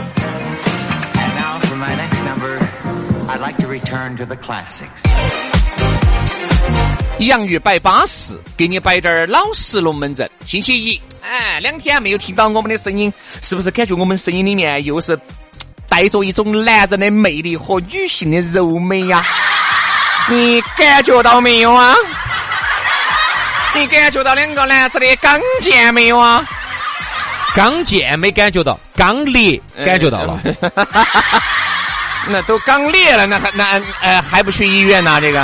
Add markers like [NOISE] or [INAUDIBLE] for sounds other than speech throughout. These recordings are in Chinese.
And now for my next number, I'd like to return to the classics. 洋芋摆巴适，给你摆点儿老实龙门阵。星期一，哎，两天没有听到我们的声音，是不是感觉我们声音里面又是带着一种男人的魅力和女性的柔美呀、你感觉到没有啊？你感觉到两个男子的刚健没有啊？刚健没感觉到，刚烈感觉到了。那都刚烈了，那还那呃还不去医院呐、这个，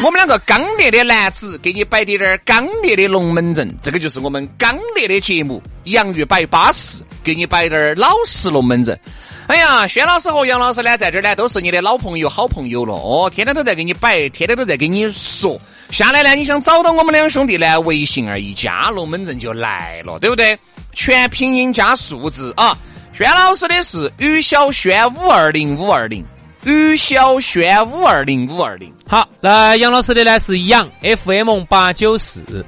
我们两个刚烈的男子给你摆点点儿刚烈的龙门阵，这个就是我们刚烈的节目《洋芋摆巴适》，给你摆点儿老实龙门阵。哎呀，轩老师和杨老师呢，在这儿呢都是你的老朋友、好朋友了，哦，天天都在给你摆，天天都在给你说。下来呢，你想找到我们两兄弟呢，微信而已，加龙门阵就来了，对不对？全拼音加数字啊！轩老师的是于小轩五二零五二零，于小轩五二零五二零。好，那杨老师的呢是杨 FM 八九四，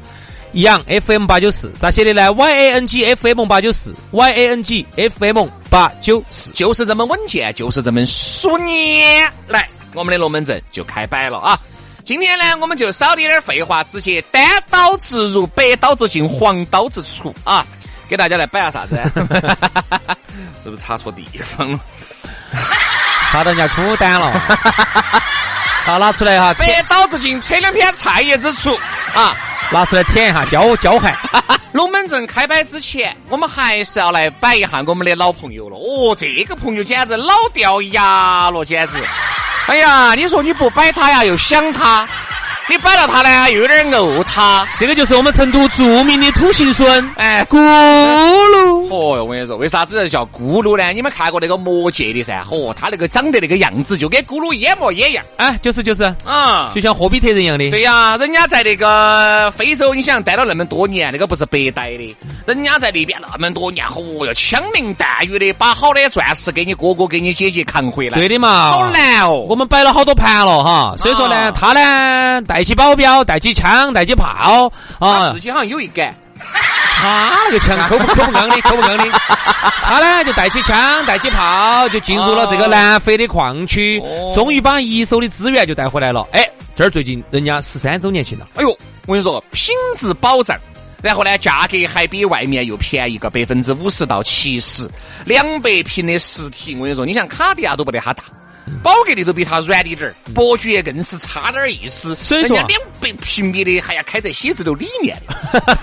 杨 FM 八九四咋写的呢？Y A N G F M 八九四，Y A N G F M 八九四。就是这么稳健，就是这么熟练。来，我们的龙门阵就开摆了啊！今天呢，我们就少点点废话，直接单刀直入，白刀子进，黄刀子出啊！给大家来摆下啥子？啊 [LAUGHS] 是不是插错地方了？插到人家孤单了。好，拿出来哈，白舔刀子进，扯两片菜叶子出啊！拿出来舔一下，交交换。 [LAUGHS] 龙门阵开摆之前，我们还是要来摆一下我们的老朋友了。哦，这个朋友简直老掉牙了，简直！哎呀，你说你不摆他呀，又想他；你摆了他呢，又有点怄他。这个就是我们成都著名的土行孙，哎，咕噜。哦哟，我跟你说，为啥子叫咕噜呢？你们看过那个《魔戒》的噻？嚯、他那个长得那个样子，就跟咕噜一模一样哎，就是就是，啊！就像霍比特人一样的。对呀、人家在那个非洲，你想待了那么多年，那个不是白待的。人家在那边那么多年，嚯哟，枪林弹雨的，把好的钻石给你哥哥给你姐姐扛回来，对的嘛。好难哦。我们摆了好多盘了哈，所以说啊呢，他呢带起保镖，带起枪，带起炮他啊自，己好像有一杆，他那个枪抠不抠不刚的，抠不刚的， [LAUGHS] 他呢就带起枪，带起炮，就进入了这个南非的矿区哦，终于把一手的资源就带回来了。哎，这儿最近人家十三周年庆了，哎呦，我跟你说，品质保障。然后呢，价格还比外面又便宜个百分之五十到七十，两百平的实体，我跟你说，你像卡地亚都不得它大，嗯宝格丽都比它软滴点儿，伯爵也更是差点儿意思。所以说啊人家两百平米的还要开在写字楼里 [LAUGHS] 面的，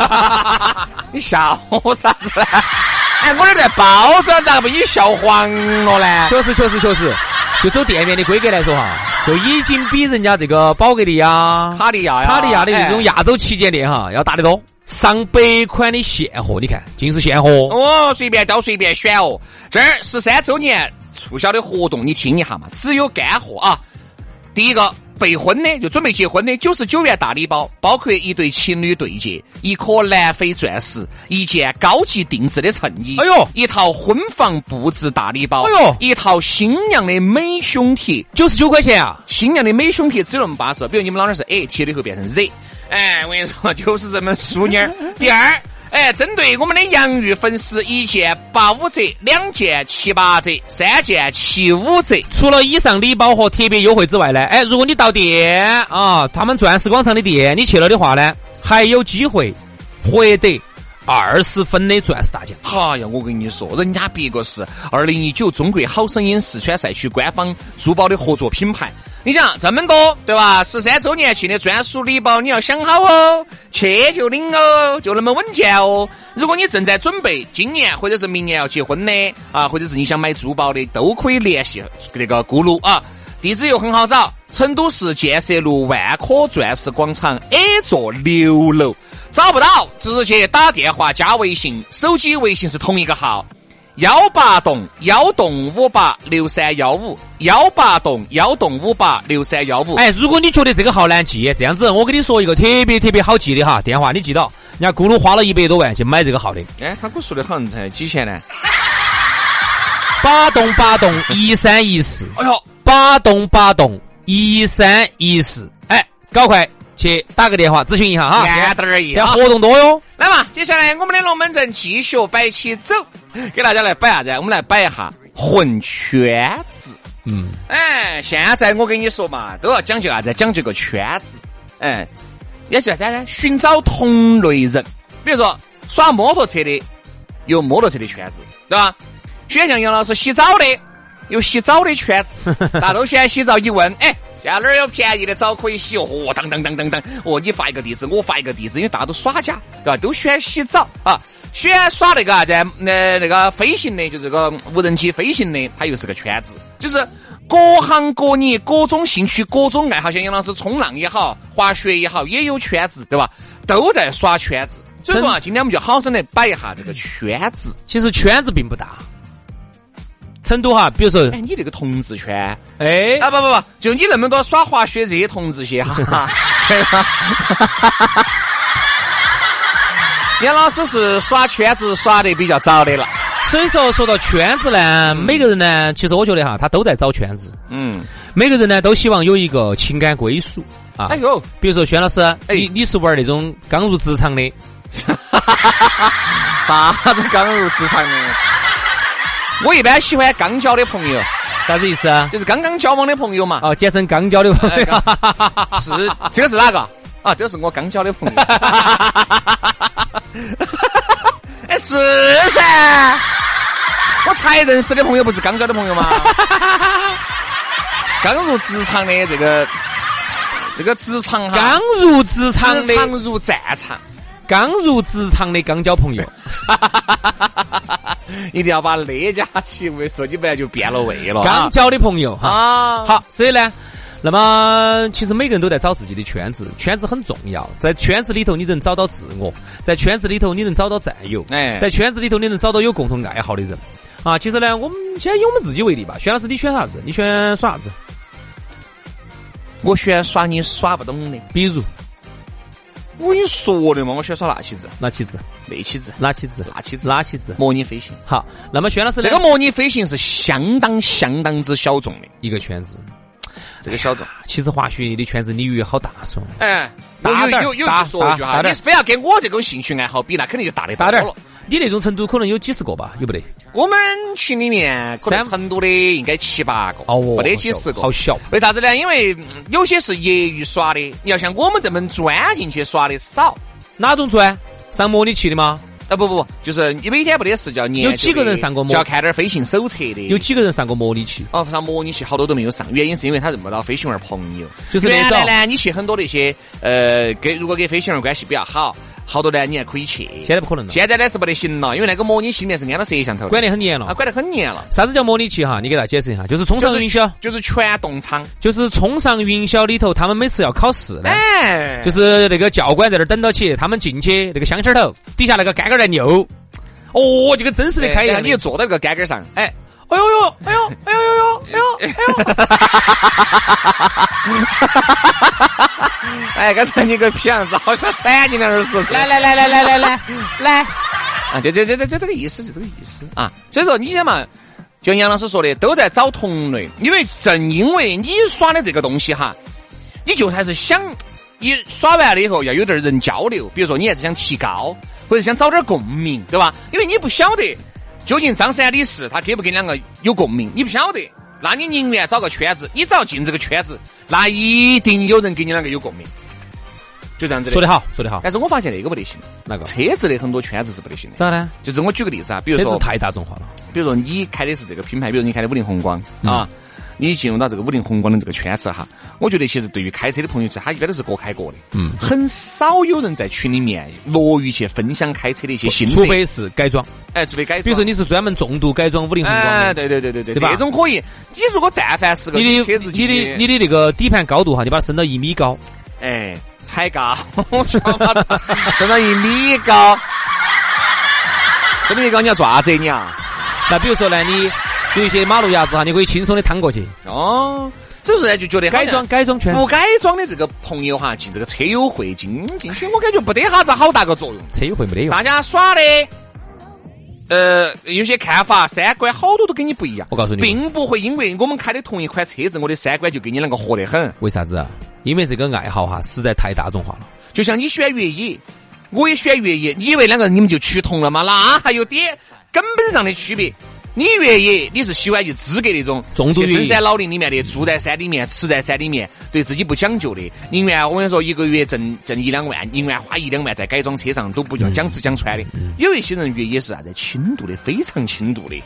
你笑我啥子呢？哎，我这儿在包着，咋个被你笑黄了呢？确实确实确实，就走店面的规格来说哈，就已经比人家这个宝格丽啊、卡地亚呀，卡地亚的这种哎亚洲旗舰店哈要大得多，上百款的现货，你看尽是现货。哦，随便挑随便选哦。这儿十三周年促销的活动，你听一下嘛，只有干货啊。第一个备婚的，就准备结婚的，九十九元大礼包，包括一对情侣对戒，一颗南非钻石，一件高级定制的衬衣，哎呦一套婚房布置大礼包，哎呦一套新娘的美胸贴，九十九块钱啊！新娘的美胸贴只有那么巴哎 [LAUGHS] 适，比如你们老娘是 A，贴了以后变成 Z，哎，我跟你说就是这么淑女儿。第二，哎，针对我们的洋芋粉丝，一件八五折，两件七八折，三件七五折。除了以上礼包和特别优惠之外呢，哎，如果你到店啊，他们钻石广场的店，你去了的话呢，还有机会获得二十分的钻石大奖。哎呀，我跟你说，人家别个是二零一九中国好声音四川赛区官方珠宝的合作品牌。你想这么多，对吧？十三周年庆的专属礼包，你要想好哦，去就领哦，就那么稳健哦。如果你正在准备今年或者是明年要结婚的啊，或者是你想买珠宝的，都可以联系那个咕噜啊。地址又很好找，成都市建设路万科钻石广场 A 座六楼。找不到，直接打电话加微信，手机微信是同一个号。幺八栋幺栋五八六三幺五，幺八栋幺栋五八六三幺五。哎，如果你觉得这个号难记，这样子我跟你说一个特别特别好记的哈，电话你记到，人家咕噜花了一百多万去买这个号的，哎，他给我说的好像才几钱呢？八栋八栋一三一四，哎呦，八栋八栋一三一四，哎，搞快去打个电话咨询一下哈，慢点儿而已要啊活动多哟。来嘛，接下来我们的龙门阵继续摆起走，给大家来摆啥子？我们来摆一下混圈子。嗯，哎，现在我跟你说嘛，都要讲究啥子？讲究个圈子。哎，也就是啥呢？寻找同类人。比如说耍摩托车的，有摩托车的圈子，对吧？选像杨老师洗澡的，有洗澡的圈子，大家都喜欢洗澡。一问，哎，现在哪儿有便宜的澡可以洗？哦，当当当当当，哦，你发一个地址，我发一个地址，因为大家都耍家，对吧？都喜欢洗澡啊，喜欢耍那个啥子？呃，那个飞行的，就是这个无人机飞行的，它又是个圈子，就是。各行各业、各种兴趣、各种爱好，像杨老师冲浪也好，滑雪也好，也有圈子，对吧？都在耍圈子。所以说啊，今天我们就好生来摆一下这个圈子。其实圈子并不大，成都哈，比如说，哎，你这个同志圈啊，哎，不不不，就你那么多耍滑雪这些同志些， [LAUGHS] 哈哈。 [LAUGHS] 杨老师是耍圈子耍得比较早的了，所以说说到圈子呢，每个人呢，其实我觉得哈，他都在找圈子，嗯，每个人呢都希望有一个情感归属啊。哎呦，比如说轩老师，你你是玩那种刚入职场的，啥子刚入职场的？我一般喜欢刚交的朋友，啥子意思啊？就是刚刚交往的朋友嘛。哦，简称刚交的 [LAUGHS] 朋哎友。刚是 [LAUGHS] 这个是哪个啊？这个是我刚交的 [LAUGHS] 朋友。哎，是噻，我才认识的朋友不是刚交的朋友 [LAUGHS] 吗？刚入职场的这个这个职场哈刚，入职场职的，场入战场，刚入职场的刚交 [LAUGHS] 朋友，一定要把那家起位说，你不然就变了味了刚啊。交的朋友哈。啊，好，所以呢，那么其实每个人都在找自己的圈子，圈子很重要，在圈子里头你能找到自我，在圈子里头你能找到战友，哎在圈子里头你能找到有共同爱好的人。啊，其实呢，我们先以我们自己为例吧。轩老师，你选啥子？你选耍啥子？我喜欢耍你耍不懂的。比如我跟你说的嘛，我喜欢耍那棋子，拿起子，那棋子，拿起子，那棋子，拿起子。模拟飞行。好，那么轩老师这呢个模拟飞行是相当相当之小众的，一个圈子，这个小众。其实滑雪的圈子你以为好大爽，哎，有大点儿有有有大句说一句大哈，大点儿你非要跟我这种兴趣爱好比，那肯定就大得大点儿了。。你那种程度可能有几十个吧，有不得？我们群里面可能三成都的应该七八个，哦，没得几十个好。小。为啥子呢？因为嗯有些是业余耍的，你要像我们这么钻进去耍的少。哪种砖？上模拟器的吗？啊不不不，就是你每天没得事就要研究有几个人上过的模就要看点儿飞行手册的。有几个人上过模拟器？哦，上模拟器好多都没有上，原因是因为他认不到飞行员朋友。就是那原种来呢，你去很多那些呃，跟如果跟飞行员关系比较好，好多呢你还可以去。现在不可能了，现在呢是不得行了，因为那个模拟器里面是安了摄像头的，管得很严啊了。管得很严了，啥子叫模拟器哈？你给大家解释一下，就是冲就上是云霄，就是全动舱，就是冲上云霄里头，他们每次要考试呢。哎，就是是那个教官在那儿等到起，他们进去那个箱签头底下那个杆杆在扭，哦，就跟真实的开一然后样的。你就坐到那个杆杆上，哎，哎呦呦，哎呦，哎呦呦呦，哎呦，哎呦， [LAUGHS] 哎，刚才你个屁样子，好想铲你两耳屎！来来来来来来来来，啊，就就就就就这个意思，就这个意思啊。所以说，你想嘛，就像杨老师说的，都在找同类，因为正因为你耍的这个东西哈，你就还是想你耍完了以后要有点人交流，比如说你还是想提高，或者想找点共鸣，对吧？因为你不晓得究竟张三李四他给不给两个有共鸣，你不晓得。那你宁愿找个圈子，你只要进这个圈子，那一定有人跟你两个有共鸣，就这样子的。说得好，说得好，但是我发现那个不得行，哪个？车子的很多圈子是不得行的。咋呢？就是我举个例子啊，比如车子说，太大众化了，比如说你开的是这个品牌，比如你开的五菱宏光嗯啊，你进入到这个五菱宏光的这个圈子哈，我觉得其实对于开车的朋友，他一般都是各开各的，嗯，很少有人在群里面乐于去分享开车的一些心得，除非是啊改装，哎，除非改装，比如说你是专门重度改装五菱宏光哎，的。对对对对对，对吧这种可以。你如果但凡是个你的车子你进去的你的那个底盘高度哈，你把它升到一米高，哎，踩 [LAUGHS] 高，升到一米高，升到一米高你要做啥子你啊？ [LAUGHS] 那比如说呢，你有一些马路牙子哈，你可以轻松的趟 [LAUGHS] 过去。哦，所以说呢就觉得好像改装改装圈不改装的这个朋友哈，进这个车友会进进去，我感觉不得啥子好大个作用。车友会没得用。大家耍的，呃，有些看法、三观好多都跟你不一样。我告诉你并不会因为我们开的同一款车子，我的三观就跟你两个合得很。为啥子啊？因为这个爱好哈实在太大众化了。就像你喜欢越野，我也喜欢越野，你以为两个人你们就趋同了吗？那还有点根本上的区别。你越野，你是喜欢就资格那种重度去越野深山老林里面的，住在山里面，吃在山里面，对自己不讲究的。宁愿我跟你说，一个月挣挣一两万，宁愿花一两万在改装车上，都不嗯要讲吃讲穿的。有一些人越野是啥子轻度的，非常轻度的。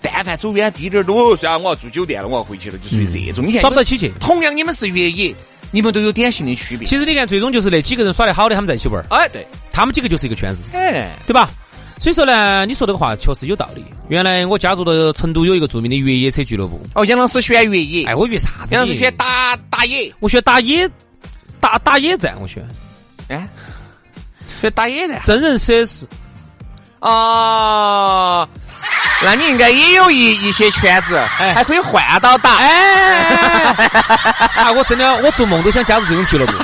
但凡走远低点儿都，哦算了，我要住酒店了，我要回去了，就属于这种。你看，耍不到起去。同样你们是越野，你们都有典型的区别。其实你看，最终就是那几个人耍得好的，他们在一起玩儿，哎，对，他们几个就是一个圈子，哎。对吧？所以说呢，你说这个话确实有道理。原来我加入了成都有一个著名的越野车俱乐部，哦，杨老师选越野，哎，我越啥子？杨老师选，打打野，我选打野，打打野战，我选哎，选打野的真 [LAUGHS] 人 CS。哦。那你应该也有一一些圈子，哎还可以换到打。哎，啊，我真的，我做梦都想加入这种俱乐部。 [LAUGHS]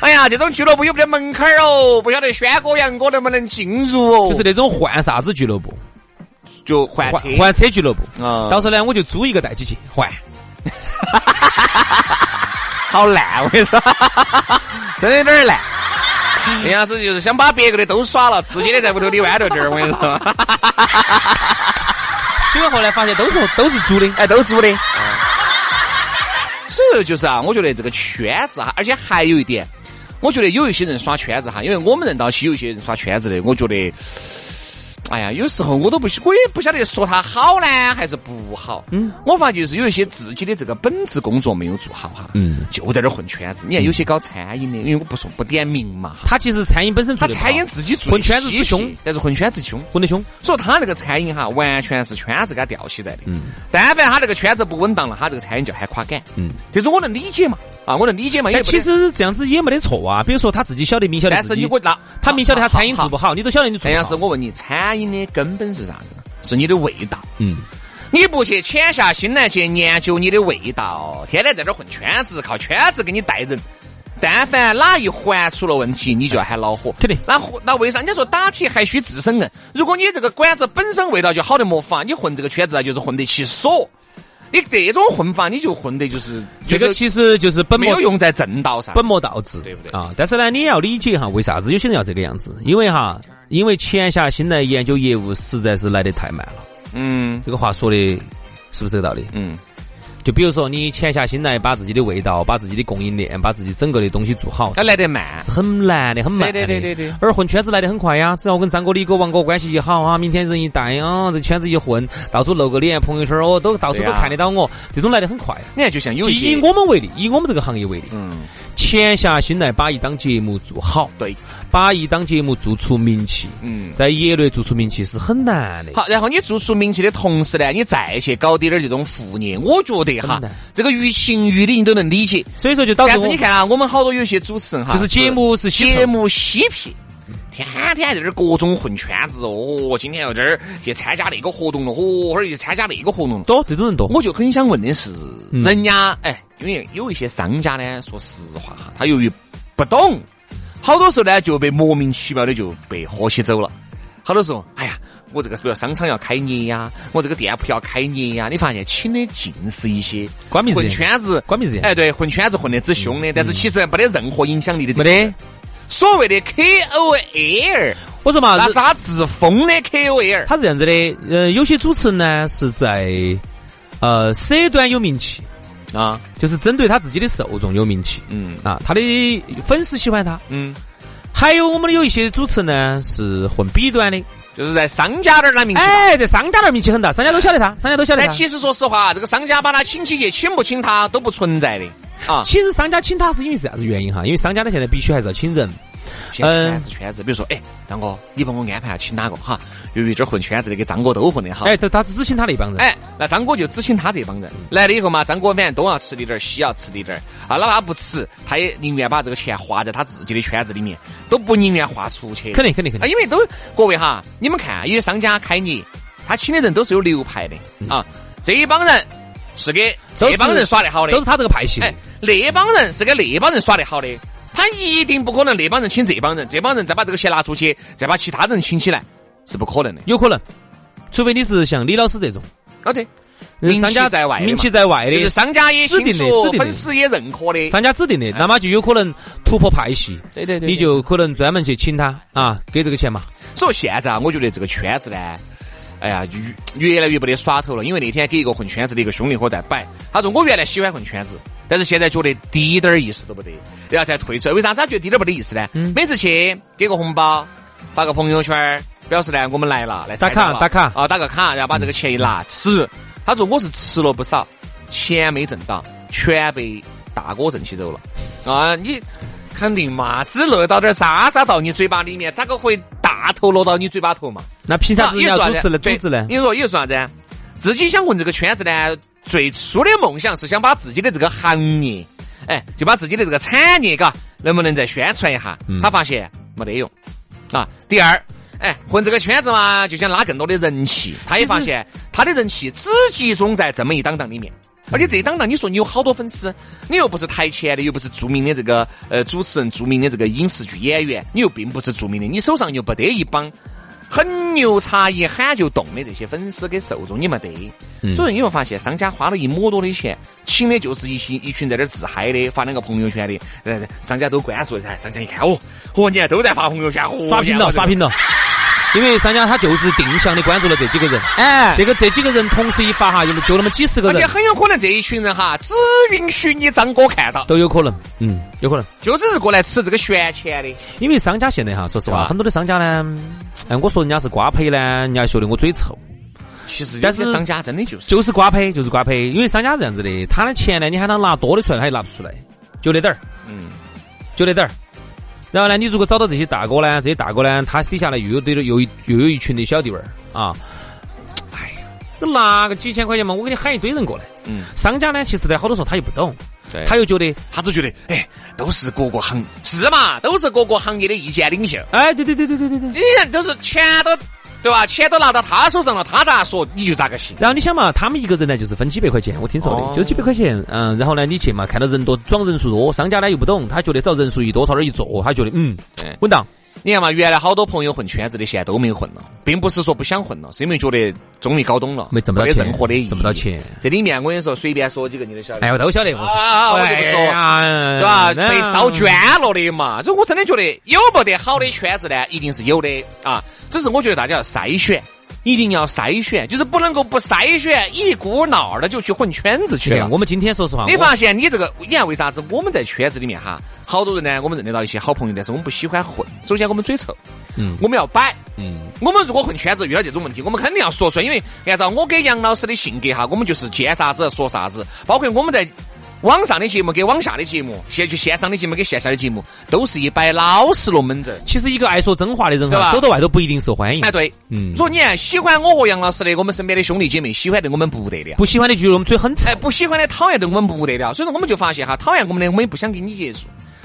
哎呀，这种俱乐部有没得门槛儿哦？不晓得轩哥、杨哥能不能进入哦？就是那种换啥子俱乐部，就换车换，换车俱乐部。嗯到时候呢，我就租一个带起去换。好烂，我跟你说， [LAUGHS] 真的有点 [LAUGHS] 烂。杨老师就是想把别个的都耍了，自己的在屋头里弯着点儿。我跟你说，结果后来发现都是都是租的，哎，都租的。所以就是啊，我觉得这个圈子哈，而且还有一点，我觉得有一些人耍圈子哈，因为我们认到起有一些人耍圈子的，我觉得，哎呀，有时候我都不晓我也不晓得说他好呢还是不好。嗯，我发觉就是有一些自己的这个本职工作没有做好哈，嗯，就在这儿混圈子。你看有嗯些搞餐饮的，因为我不说不点名嘛哈，他其实餐饮本身做他得不好餐饮自己做得混圈子稀之奇凶，但是混圈子凶。混得凶。所以他那个餐饮哈，完全是圈子给他吊起来的。嗯，但凡他那个圈子不稳当了，他这个餐饮就喊垮杆。嗯，这种我能理解嘛，啊，我能理解嘛。因哎，为不其得，实这样子也没得错啊。比如说他自己晓得，明晓得但自是己你，我那他明晓得他餐饮做不好。哎好，你都晓得你做陈不老师，好。我问你，餐饮的根本是啥子？是你的味道。嗯，你不去潜下心来去研究你的味道，天天在这儿混圈子，靠圈子给你带人。但凡哪一环出了问题，你就要喊恼火。肯定那火那为啥？人家说打铁还需自身硬。如果你这个馆子本身味道就好的没法，你混这个圈子啊，就是混得其所。你这种混法，你就混得就是这个就是其实就是本没末有用在正道上。本末倒置，对不对啊？但是呢，你也要理解哈，为啥子有些人要这个样子？因为哈，因为潜下心来研究业务实在是来得太慢了。嗯这个话说的是不是这个道理？嗯，就比如说你潜下心来，把自己的味道、把自己的供应链、把自己整个的东西做好，它来得慢。是很难的，很慢的。对对对对对而混圈子来的很快呀，只要我跟张哥、李哥、王哥关系一好啊，明天人一带啊，这圈子一混，到处露个脸，朋友圈哦，都到处对都啊看得到我，这种来的很快。你看，就像有就一以些，我们为例，以我们这个行业为例，嗯，潜下心来把一档节目做好，对，把一档节目做出名气，嗯。在业内做出名气是很难的。好，然后你做出名气的同时呢，你再去搞点点这种副业，我觉得哈真的，这个于情于理你都能理解。所以说就导致但是我你看啊，我们好多有些主持人哈，就是节目是稀节透目嬉皮。天天在这儿各种混圈子哦，今天要这儿去参加那个活动了，哦，会儿去参加那个活动了。多，这种人多。我就很想问的是，嗯人家哎，因为有一些商家呢，说实话哈，他由于不懂，好多时候呢就被莫名其妙的就被喝起走了。好多时候，哎呀，我这个比如商场要开业呀，我这个店铺要开业呀，你发现请的尽是一些关闭式混圈子，关闭式嗯哎，对，混圈子混得之凶的，但是其实没得任何影响力的，没得。所谓的 KOL，我说嘛，那啊是是他自封的 KOL，他是这样子的，呃，有些主持人呢是在呃 C 端有名气，啊，就是针对他自己的受众有名气嗯啊，他的粉丝喜欢他。嗯，还有我们的有一些主持人呢是混 B 端的，就是在商家那儿拿名气。哎，在商家那儿名气很大，商家都晓得他，商家都晓得但嗯他。哎其实说实话，这个商家把他请起去，请不请他都不存在的啊。其实商家请他是因为是啥子原因哈？因为商家呢现在必须还是要请人，现在圈子圈子，比如说，哎，张哥，你帮我安排下请哪个哈？由于这儿混圈子的跟张哥都混得好，哎，嗯都他只请他那帮人。哦哎，那张哥就只请他这帮人来了以后嘛，张哥反正东要吃的点儿，西要吃的点儿啊，哪怕不吃，他也宁愿把这个钱花在他自己的圈子里面，都不宁愿花出去。肯定肯定肯啊，定，因为都各位哈，你们看，有些商家开业，他请的人都是有流派的啊，这一帮人是给嗯都这是帮人耍得好的都，是他这个派系的哎，那帮人是给那帮人耍得好的，他一定不可能那帮人请这帮人，这帮人再把这个钱拿出去，再把其他人请起来，是不可能的。有可能，除非你是像李老师这种哦，对，名商家气在外的嘛名气在外就是的。商家也哎指清定的楚指，定的粉丝也认可的。商家指定的，那么就有可能突破派系，对对对对你就可能专门去请他啊，给这个钱嘛。所以现在啊，我觉得这个圈子呢，哎呀，越越来越没得耍头了。因为那天给一个混圈子的一个兄弟伙在摆，他说我原来喜欢混圈子，但是现在觉得滴点儿意思都不得，然后再退出来。为啥子他觉得滴点儿不得意思呢？每次去给个红包，发个朋友圈儿，表示呢我们来了，来打卡参加了打卡啊，打个卡，然后把这个钱一拿吃。他说我是吃了不少，钱没挣到，全被大哥挣起走了。啊，你肯定嘛，只漏到点渣渣到你嘴巴里面，咋个会大头落到你嘴巴头嘛？那凭啥子你人说家啊啥主持子？呢？主对持呢？你说，你说啥子啊？自己想混这个圈子呢，最初的梦想是想把自己的这个行业，哎，就把自己的这个产业，嘎，能不能再宣传一下？嗯他发现没得用啊。第二，哎，混这个圈子嘛，就想拉更多的人气。他也发现他的人气只集中在这么一档档里面。而且这一档档，你说你有好多粉丝，你又不是台前的，又不是著名的这个呃主持人，著名的这个影视剧演员，你又并不是著名的，你手上又不得一帮很牛叉，一喊就动的这些粉丝跟受众，你没得。所以你会发现，商家花了一抹多的钱，请的就是一群一群在这儿自嗨的，发两个朋友圈的，呃，商家都关注一下，商家一看哦，哦，你看都在发朋友圈，哦刷屏了，刷。屏了。因为商家他就是定向的关注了这几个人，哎这个这几个人同时一发哈，就就那么几十个而且人很有可能这一群人哈，只允许你张哥看到，都有可能，嗯，有可能。就只是过来吃这个悬钱的。因为商家现在哈，说实是话，吧很多的商家呢，哎，我说人家是瓜胚呢，人家觉得我嘴臭，其实有但是些商家真的就是就是瓜胚，就是瓜胚。因为商家是这样子的，他的钱呢，你喊他拿多的出来，他也拿不出来，就那点儿，嗯，就那点儿。然后呢，你如果找到这些大哥呢，这些大哥呢，他底下呢又有堆了又有又有一群的小弟们儿啊，哎呀，就拿个几千块钱嘛，我给你喊一堆人过来。嗯，商家呢，其实在好多时候他又不懂，对他又觉得，他只觉得哎，都是各个行是嘛，都是各个行业的意见领袖，哎，对对对对对对对。你看都是钱都对吧？钱都拿到他手上了，他咋说你就咋个信。然后你想嘛，他们一个人呢就是分几百块钱，我听说的，哦就是几百块钱。嗯，然后呢，你去嘛，看到人多，装人数多，商家呢又不懂，他觉得只要人数一多，朝那儿一坐，他觉得嗯哎，稳当。你看嘛，原来好多朋友混圈子的，现在都没有混了，并不是说不想混了，是因为觉得终于搞懂了，没挣不到没得钱任何的意义挣不到钱。这里面我跟你说，随便说几个你都晓得。哎，我都晓得，我啊，我就不说。哎对吧？呀那嗯被烧捐了的嘛，所以我真的觉得有没得好的圈子呢，一定是有的啊。只是我觉得大家要筛选，一定要筛选，就是不能够不筛选，一股脑儿的就去混圈子去对啊了吧？。我们今天说实话，你我发现你这个，你看为啥子我们在圈子里面哈，好多人呢，我们认得到一些好朋友，但是我们不喜欢混。首先我们嘴臭，嗯我们要摆。嗯，我们如果混圈子遇到这种问题，我们肯定要说出来，因为按照我给杨老师的性格哈，我们就是见啥子说啥子，包括我们在网上的节目给网下的节目，现去线上的节目给线下的节目，都是一摆老实龙门阵。其实一个爱说真话的人对吧哈，走到外头不一定受欢迎哎，。对，嗯所以你看，喜欢我和杨老师的，我们身边的兄弟姐妹喜欢的我们不得了。不喜欢的就觉得我们嘴很臭哎，，不喜欢的、讨厌的，我们不得了。所以说，我们就发现哈，讨厌我们的，我们也不想跟你接触；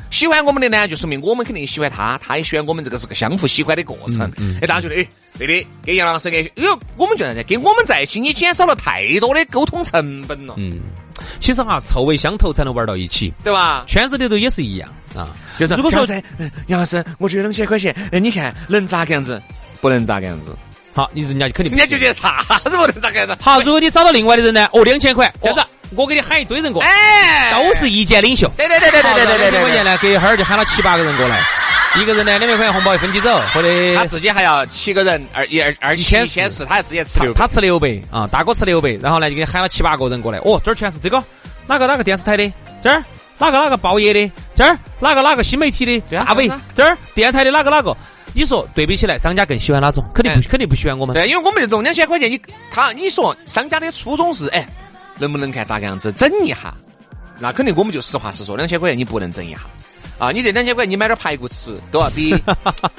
喜欢我们的呢，就说明我们肯定喜欢他，他也喜欢我们，这个是个相互喜欢的过程。哎、大家觉得，哎，对的，跟杨老师跟，哎呦，我们觉得跟我们在一起，你减少了太多的沟通成本了，嗯，其实哈，臭味相投才能玩到一起，对吧？圈子里头也是一样啊。就是如果杨说老师，嗯杨老师，我只有两千块钱，哎，你看能咋个样子？不能咋个样子。好，你人家就肯定人家就觉得啥子不能咋个子。好，如果你找到另外的人呢，哦，两千块，这样子，我给你喊一堆人过，哎，都是意见领袖。对对对对对对对对两千块对，钱呢，隔一会儿就喊了七八个人过来，一个人呢两百块钱红包一分起走，或者他自己还要七个人，二一二二七千一千四四，他还自己吃他六他吃六百啊，大哥吃六百，然后呢就给喊了七八个人过来，哦，这儿全是这个哪个哪个电视台的，这儿哪个哪个报业的，这儿哪个哪个新媒体的啊大伟这样，这儿电台的哪个哪个，你说对比起来，商家更喜欢哪种？肯定哎不肯定不喜欢我们。对，因为我们这种两千块钱，你他你说商家的初衷是，哎，能不能看咋个样子整一下？那肯定我们就实话实说，两千块钱你不能整一下啊！你这两千块钱你买点排骨吃都要 [LAUGHS] 比，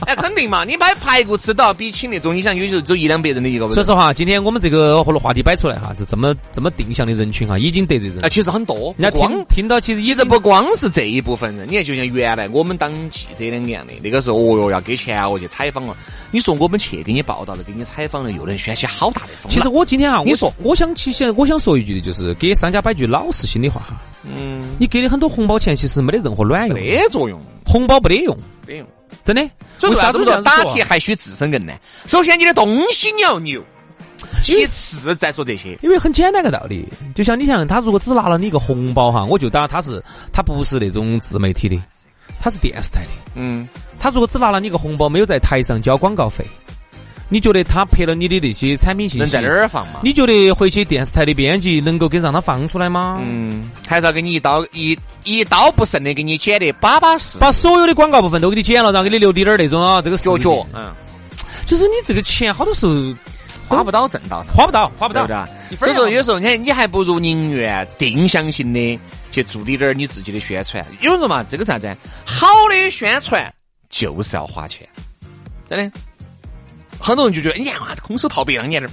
哎，肯定嘛，你买排骨吃都要比请那种，你想有时候走一两百人的一个说人，实话，今天我们这个话题摆出来哈，就这么这么定向的人群哈，已经得罪人了啊，。其实很多，人家不光听听到其实其也实不光是这一部分人，你看，就像原来我们当记者两年的，那个时候，哦哟，要给钱哦，去采访了。你说我们去给你报道了，给你采访了，又能掀起好大的风浪。其实我今天啊哈，我你说我想其实我想说一句的就是，给商家摆句老实心的话哈，嗯，你给的很多红包钱其实没得任何卵用的，没作用，红包没得用，没用。真的。所以说为啥啥子子这说样子打说啊铁还需自身硬呢？首先，你的东西你要牛，其次再说这些。因为很简单个道理，就像你像他如果只拿了你一个红包哈，我就当他是他不是那种自媒体的，他是电视台的。嗯，他如果只拿了你一个红包，没有在台上交广告费，你觉得他拍了你的那些产品信能息在哪？儿啊放嘛？你觉得回去电视台的编辑能够给让他放出来吗？嗯，还是要给你一刀一一刀不剩的给你剪得巴巴适，把所有的广告部分都给你剪了，然后给你留滴点儿那种啊，这个角视觉角，嗯，就是你这个钱好多时候花不到正道上。花不到，花不对到不，对啊？一分所儿以说，也花不到有时候你看，你还不如宁愿定向性的去做滴点儿你自己的宣传。有人嘛，这个啥子？好的宣传就是要花钱，真的。很多人就觉得，哎你看嘛，空手套白狼，你看这儿。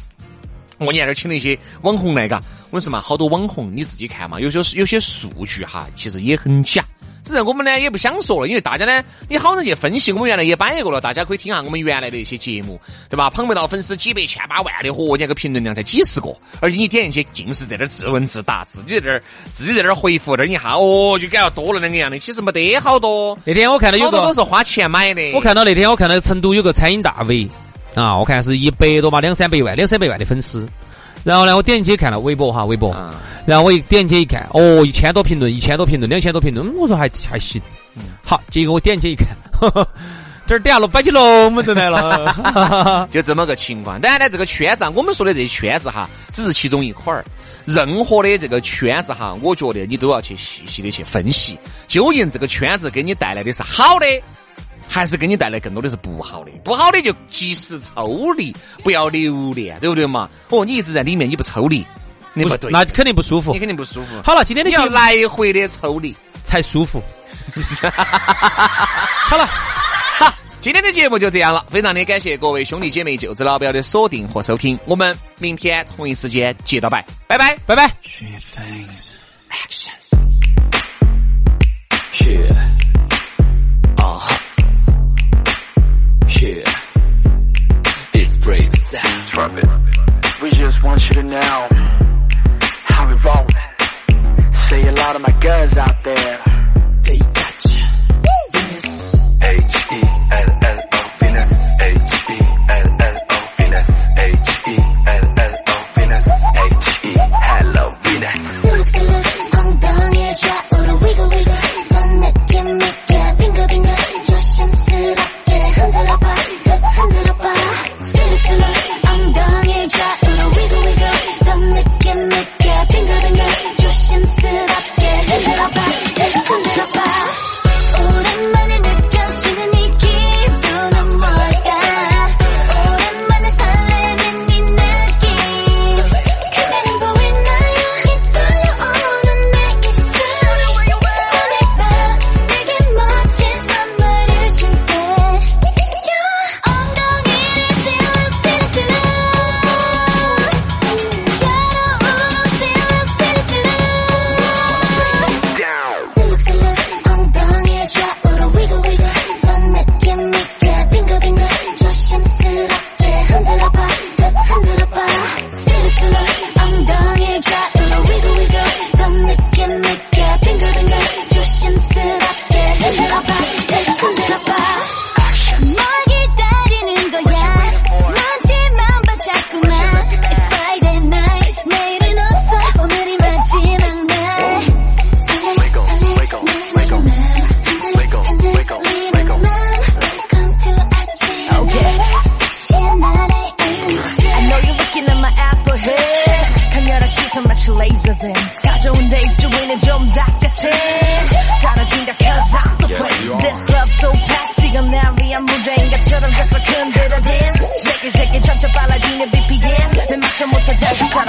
我你看这儿请了一些网红来，嘎，我跟你说嘛，好多网红你自己看嘛，有些有些数据哈，其实也很假。只是我们呢也不想说了，因为大家呢，你好人去分析，我们原来也摆过了，大家可以听下我们原来的一些节目，对吧？捧不到粉丝几百、千八万的，嚯，人家个评论量才几十个，而且你点进去尽是在那儿自问自答，自己在那儿自己在那儿回复，那儿一下哦，就感觉多了两个样的，其实没得好多，那天我看到有好多个都，是花钱买的。我看到那天我看到成都有个餐饮大 V 啊，我看是一百多嘛，两三百万，两三百万的粉丝。然后呢，我点进去看了微博哈，微博，啊，然后我一点进去一看，哦，一千多评论，一千多评论，两千多评论，嗯我说还还行，嗯好，结果我点进去一看，呵呵这儿底下了摆起龙门阵来了，哈哈哈就这么个情况。当然呢，这个圈子啊，我们说的这些圈子哈，只是其中一块儿。任何的这个圈子哈，我觉得你都要去细细的去分析，究竟这个圈子给你带来的是好的，还是给你带来更多的是不好的？不好的就及时抽离，不要留恋，对不对嘛？哦，你一直在里面，你不抽离， [LAUGHS] 你不对， [LAUGHS] 那肯定不舒服你。肯定不舒服。好了，今天的你节要目来回的抽离。才舒服。好了，好，今天的节目就这样了，非常的感谢各位兄弟姐妹、舅子老表的锁定和收听，我们明天同一时间接着拜，拜拜。拜拜。 Yeah. Uh. Yeah. It's brave sound. trumpet. We just want you to know how we roll. Say a lot of my guns out there. They got you. H E L L O Venus. H E L L O Venus. H E L L O Venus. H E hello Venus. Look, look, 엉덩이에 좌우로 wiggle wiggle 넌 느낌이 지 못한 자식처럼